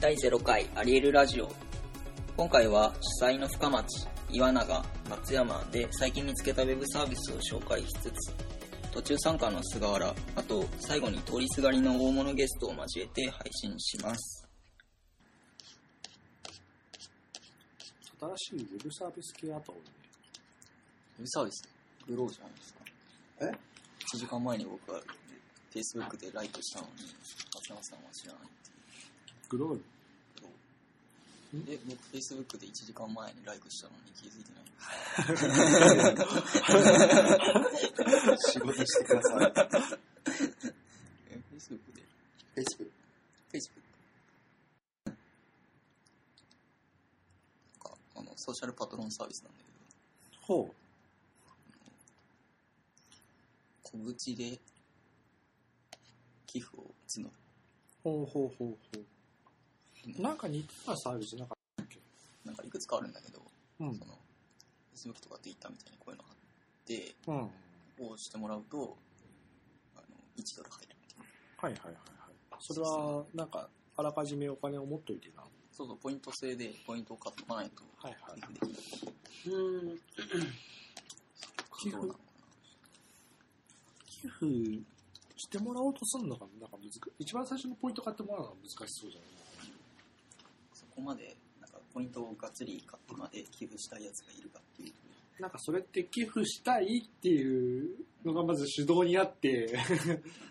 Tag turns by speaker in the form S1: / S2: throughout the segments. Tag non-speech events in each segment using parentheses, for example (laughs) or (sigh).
S1: 第0回アリエルラジオ今回は主催の深町岩永松山で最近見つけたウェブサービスを紹介しつつ途中参加の菅原あと最後に通りすがりの大物ゲストを交えて配信します
S2: 新しいウェブサービス系あった方がいいね。
S1: ウェブサービスグローじゃないですか
S2: え
S1: 1時間前に僕は Facebook でライトしたのに松山さんは知らない
S2: グローリ
S1: で、僕、Facebook で1時間前にライクしたのに気づいてない。
S3: 仕事してください。
S1: え、Facebook で
S3: フェイスブック。
S1: ?Facebook。なんか、あの、ソーシャルパトロンサービスなんだけど、
S2: ほう。
S1: 小口で寄付を募る。
S2: ほうほうほうほう。なんか似たようなサービスなんか、
S1: なんかいくつかあるんだけど、
S2: うん
S1: その、Facebook とか Twitter みたいにこういうのがあって、
S2: うん。はい
S1: をしてもらうと、あの、1ドル入るっていう。
S2: はいはいはい。それは、なんか、あらかじめお金を持っといてな。
S1: そうそう、ポイント制でポイントを買っとかないと、
S2: はい
S1: 寄
S2: は
S1: 付できない。
S2: い。うん。寄
S1: どうな
S2: 付
S1: のか
S2: 寄付してもらおうとするのが、なんか難一番最初のポイント買ってもらうのが難しそうじゃない
S1: そこまで、なんか、ポイントをがっつり買ってまで寄付したいやつがいるかっていう。
S2: なんかそれって寄付したいっていうのがまず主導にあって、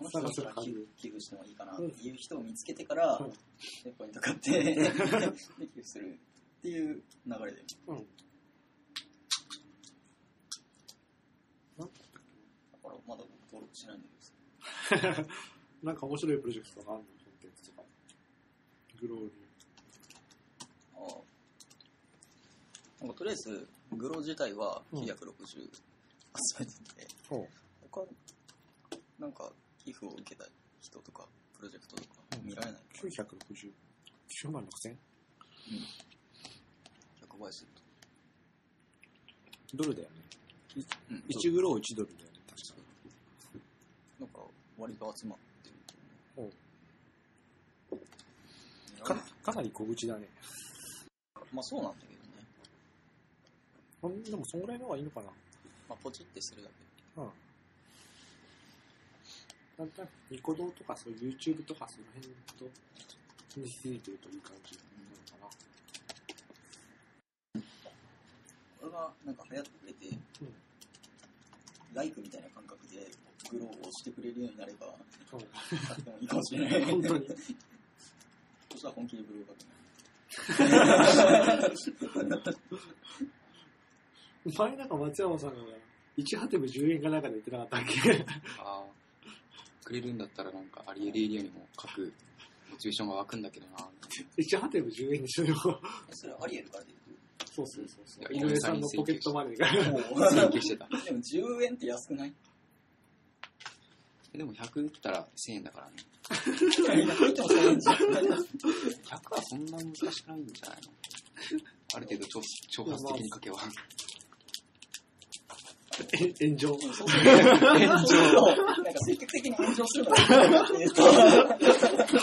S1: この人だったら寄
S2: そうか
S1: 付寄付してもいいかなっていう人を見つけてから
S2: うん、
S1: でポイント買って、で寄付するっていう流れで。
S2: うん。
S1: だから、まだ僕登録しないんだけ
S2: なんか面白いプロジェクトとかある (laughs) のコンテンツとか。グローリー。
S1: どああなんかとりあえず、グロ自体は960集めてて、
S2: ほ
S1: 他、なんか、寄付を受けた人とか、プロジェクトとか見られないか
S2: う。960。9万6000
S1: ら、100倍すると。
S2: ドルだよね。
S1: うん
S2: 1グロー1ドルだよね。確か
S1: なんか、割と集まってると思う。
S2: かかなり小口だね。
S1: まあそうなんだけどね。
S2: ほんでもそんぐらいの方がいいのかな。
S1: まあポチってするだけ。
S2: うん。なんとなくニコ動とかそう YouTube とかその辺とについてるといい感じなのか
S1: これがなんか流行ってくれて、
S2: うん
S1: ライクみたいな感覚でグローを押してくれるようになれば、
S2: な。うん
S1: 買ってもいいかもしれない。
S2: (laughs) 本当に。
S1: そしたら本気でグローが来ない。
S2: (laughs) 前なんか松山さんが1ハテム10円かなんかで言ってなかったっ (laughs) け
S4: ああ、くれるんだったらなんか、アリエルエリアにも各モチベーションが湧くんだけどなって。
S2: ?1 ハテム10円でしょ、でも。
S1: えそれアリエルから出て
S2: そうそうそうそう。
S4: い
S2: 井
S4: や
S2: 上さんのポケットマネーが。
S1: くる。
S4: 請求してた。
S1: でも10円って安く
S2: (laughs)
S1: ない
S4: でも100打ったら1000円だからね。
S1: みんな入ってもそうなんじゃん。
S4: 100はそんな難しくないんじゃないのある程度挑挑発的に書けば。
S2: (laughs) 炎上。
S1: そうすると炎上。なんか積極的に炎上する
S2: (laughs)
S1: のが、えっと、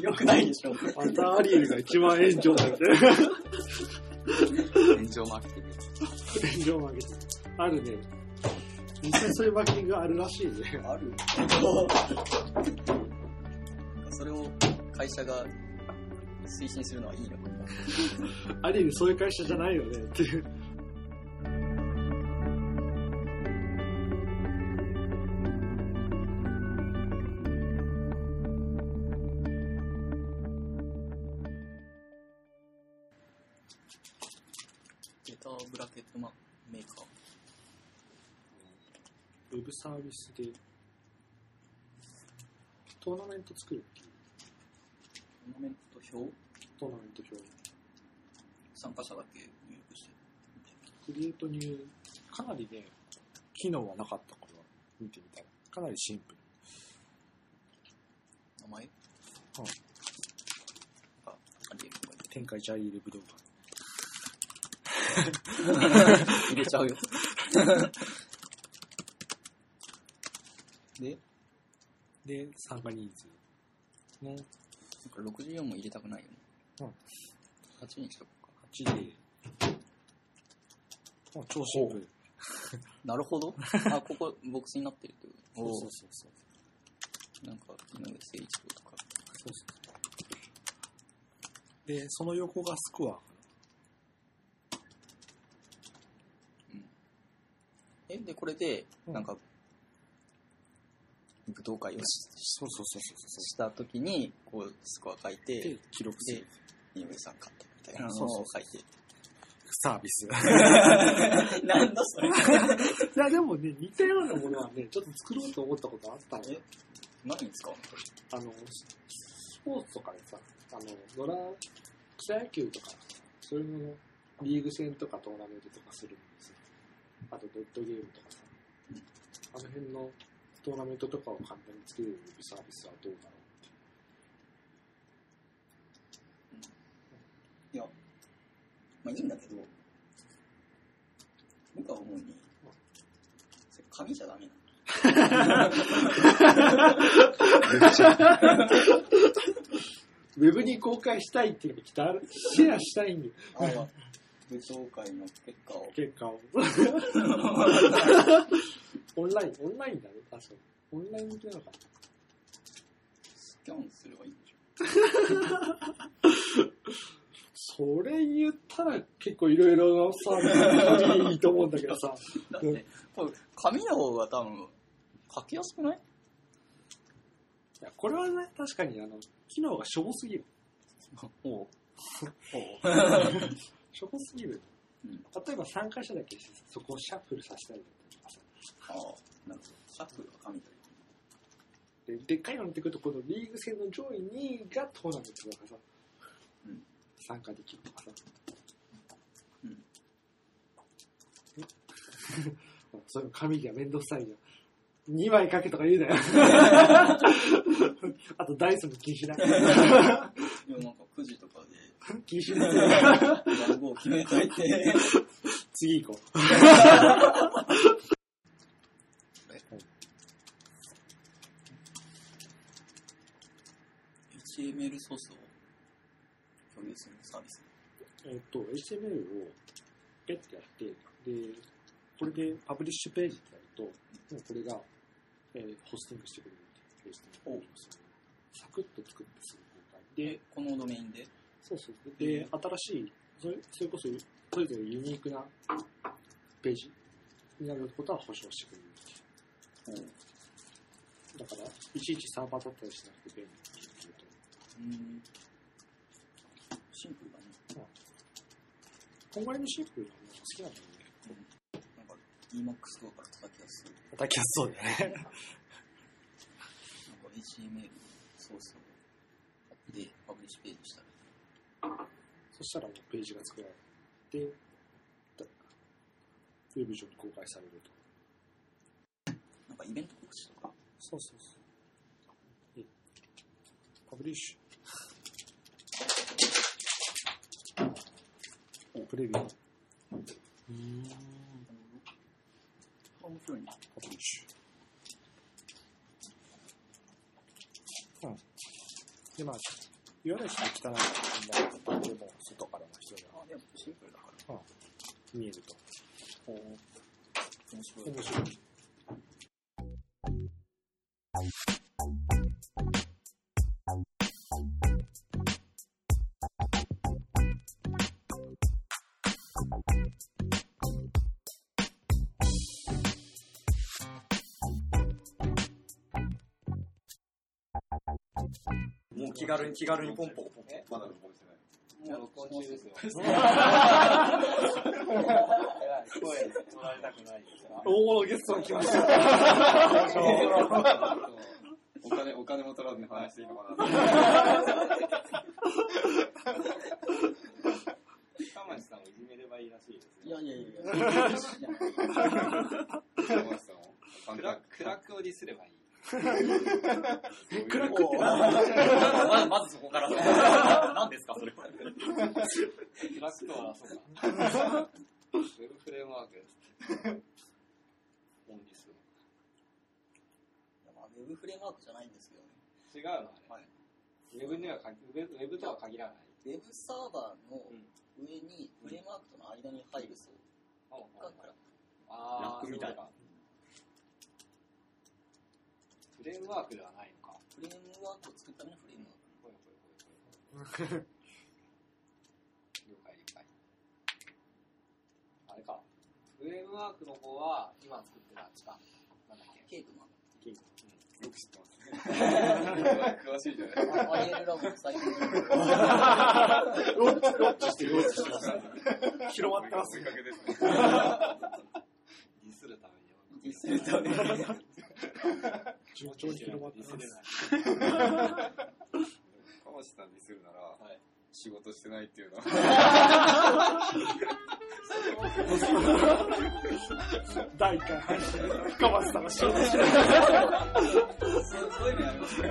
S1: よくないでしょ。
S2: またアリエルが一番炎上だよね。
S4: 炎上マーケティング。
S2: 炎上負けてる。あるね。実際そういうマーケティングがあるらしいね。
S1: あるそれを会社が推進するのはいいのかな
S2: アリエルそういう会社じゃないよねっていう。
S1: データブラケットマメーカー
S2: ウェブサービスで、トーナメント作るっていう
S1: トーナメント表
S2: トーナメント表。
S1: 参加者だけ入力して
S2: クリエイトニュー、かなりね、機能はなかったこれは見てみたら。かなりシンプル。
S1: 名前
S2: うん
S1: あありえる
S2: 展開ジャイールブ動画。
S1: 入れちゃうよで
S2: で、参加人数の
S1: なんか64も入れたくないよね8にしとこうか。
S2: 8で。あ、超シンプル。
S1: なるほ (laughs) ど。あ、ここ、ボックスになってるってこと
S2: そうそうそうそう。
S1: おーなんか、井上誠一郎とか。
S2: そうそうそうで、その横がスコアか
S1: え、で、これで、
S2: うん
S1: なんか、舞踏会をし
S2: そうそうそうそうそ。
S1: したときに、こう、スコア書いう
S2: で
S1: て、、
S2: 記録する
S1: で。井上さん勝ったみたいな
S2: うん
S1: のを書い
S2: (laughs)
S1: て。
S2: サービ (laughs) ス。
S1: なんだそれ。
S2: いや、でもね、似たようなものはね、ちょっと作ろうと思ったことあったのよ。
S1: 何に使うのこ
S2: あの、スポーツとかでさ、あの、野良、草野球とか、そういうもの、リーグ戦とかトーナメントとかするんですよ。あと、ドットゲームとかさ、あの辺のトーナメントとかを簡単に作れるサービスはどうだろ
S1: れいや、まあいいんだけど、僕は思うに、それ紙じゃダメなの。
S2: う。ウェブに公開したいっていうのが来た、シェアしたいんで、
S1: ああ、舞踏会の結果を。
S2: 結
S1: (laughs)
S2: 果を。オンライン、オンラインだね、確かに。オンライン向けなのかな。
S1: スキャンすればいいんでしょ
S2: それ言ったら結構いろいろなさ、紙でいいと思うんだけ
S1: (laughs)
S2: どさ。
S1: だって、これ紙の方が多分、書きやすくない
S2: いや、これはね、確かにあの、機能がしょぼすぎる。
S1: おう。
S2: しょぼすぎる。
S1: うん
S2: 例えば参加者だけしてさそこをシャッフルさせたりとかさ。
S1: ああ、なるほど。シャッフルは紙だよ。
S2: で、でっかいのにってくると、このリーグ戦の上位2位がトーナメントとかさ、
S1: うん
S2: 参加できるとかさ。 (laughs)
S1: うん
S2: えそういうの紙じゃめんどくさいじゃん。2枚書けとか言
S1: (laughs)
S2: うなよ。あとダイスも禁止な。
S1: いや、なんか9時とかで、
S2: 禁止な。
S1: 番号決めといて。
S2: 次行こう。
S1: HTML ソースを共有するサービス。
S2: えっと、HTML をペッてやって、で、これでパブリッシュページってやると、もうこれが、えーホスティングしてくれるっていうページになります。サクッと作ってすぐ公開。で
S1: で、、このドメインで、
S2: そうそう。で、新しい、それそれこそ、それぞれユニークなページになることは保証してくれるっていう。
S1: おう
S2: だから、いちいちサーバーだったりしなくて便利っていうと。
S1: うん、シンプルだね。
S2: こんぐらいのシンプルなのが好きなんだよね。
S1: なんか Emacs とかから叩きやすい。
S2: 叩きやすそうだね。
S1: なんか HTML ソースをでパブリッシュページしたら、
S2: そしたらもうページが作られて、だウェブ上に公開されると。
S1: なんかイベント告知とか、
S2: そうそうそう。パブリッシュ。お、プレビュー。うーん、
S1: 面白いね。
S2: パブリッシュ。うん。で、まあ、夜人汚いからみんな、でも外からの人が
S1: あ、でもシンプルだから。
S2: 見えると。
S1: こう、面白い。
S2: 面白い。
S5: もう気軽に気軽にポンポンポンポン。
S4: まだ録音してない。
S1: もう録音中ですよ。
S5: 取られたくないですよ。
S2: 大物ゲストが来ま
S5: (laughs)
S2: した。
S4: お金、お金も取らずに話していいのかな。
S5: 深町さんをいじめればいいらしいです
S1: い
S5: ね。
S1: やいやい (laughs) やいや。
S4: 山口さんを簡
S5: クラ
S4: 単
S5: クラックをディスればいい。
S2: クラックって何
S5: ままずそこから。何ですか、それは。クラックとは、そうか。ウェブフレームワークです。オンディス
S1: まあウェブフレームワークじゃないんですけどね。
S5: 違うのあれ
S1: はい
S5: ウェブにはかウェブ、ウェブとは限らない。
S1: ウェブサーバーの
S2: うん
S1: 上にフレームワークとの間に入る層がクラック。
S5: あ
S2: ラックみたいな
S5: フレームワークではないのか。
S1: フレームワークを作るためのフレームワーク。
S5: ほいほいほいほい了解了解。あれか。フレームワークの方は、今作ってるあっちか。なんだっけ。
S1: ケイクマン。
S4: よく知ってますね。詳しいじゃない。
S1: アイエルラボの最近の。
S2: (laughs) 広まってます
S4: せっかけです
S5: (laughs)
S4: ね。
S5: ディスるためには。
S1: 実践とね。
S5: 順調に広まってます。
S4: かもしさんにするなら
S2: い、
S4: 仕事してないっていうのは、
S5: 第1回配信で深松さんが仕事して
S4: そういうのやりますね。